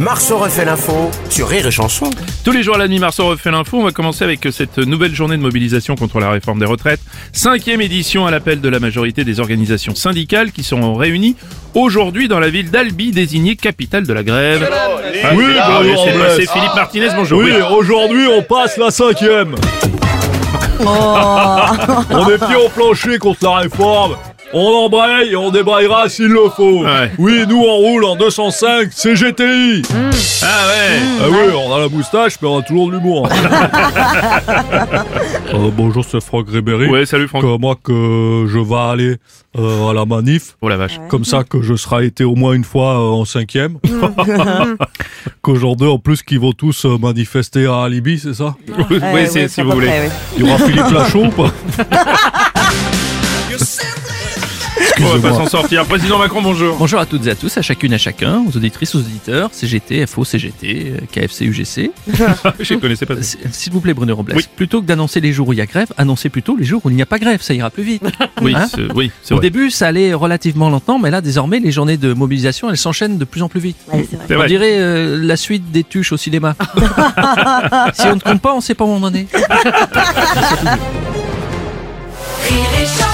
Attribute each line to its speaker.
Speaker 1: Marceau refait l'info sur Rire et Chanson.
Speaker 2: Tous les jours à la nuit, Marceau refait l'info. On va commencer avec euh, cette nouvelle journée de mobilisation contre la réforme des retraites. Cinquième édition à l'appel de la majorité des organisations syndicales qui seront réunies aujourd'hui dans la ville d'Albi, désignée capitale de la grève. Ah,
Speaker 3: Oui,
Speaker 2: c'est-
Speaker 3: bah,
Speaker 2: oui,
Speaker 3: oui,
Speaker 2: c'est
Speaker 3: on
Speaker 2: bah, c'est
Speaker 3: laisse.
Speaker 2: Philippe Martinez, bonjour.
Speaker 3: Oui,
Speaker 2: Oui.
Speaker 3: aujourd'hui on passe la cinquième. on est pieds au plancher contre la réforme. On embraye et on débraillera s'il le faut.
Speaker 2: Ouais.
Speaker 3: Oui, nous on roule en 205 CGTI.
Speaker 2: Ah ouais.
Speaker 3: Ah oui, on a la moustache, mais on a toujours de l'humour. Euh, bonjour, c'est Franck Ribéry.
Speaker 2: Ouais, salut Franck.
Speaker 3: Que moi que je vais aller euh, à la manif.
Speaker 2: Oh la vache.
Speaker 3: Comme ça que je serai été au moins une fois euh, en cinquième. Qu'aujourd'hui, en plus, qu'ils vont tous euh, manifester à Libye, c'est ça
Speaker 2: Oui, c'est- si vous voulez.
Speaker 3: Il y aura Philippe Lachaud ou pas
Speaker 2: On va pas s'en sortir. Président Macron, bonjour.
Speaker 4: Bonjour à toutes et à tous, à chacune, à chacun, aux auditrices, aux auditeurs, CGT, FO, CGT, euh, KFC, UGC.
Speaker 2: Je ne connaissais pas.
Speaker 4: Euh, s- S'il vous plaît, Bruno Robles,
Speaker 2: Oui.
Speaker 4: plutôt que d'annoncer les jours où il y a grève, annoncez plutôt les jours où il n'y a pas grève, ça ira plus vite.
Speaker 2: Oui,
Speaker 4: Hein
Speaker 2: c'est- oui, c'est
Speaker 4: Au
Speaker 2: vrai.
Speaker 4: début, ça allait relativement lentement, mais là, désormais, les journées de mobilisation, elles s'enchaînent de plus en plus vite.
Speaker 2: C'est
Speaker 4: On
Speaker 2: vrai.
Speaker 4: dirait euh, la suite des tuches au cinéma. si on ne compte pas, on ne sait pas où on en est.
Speaker 5: Rire et chanson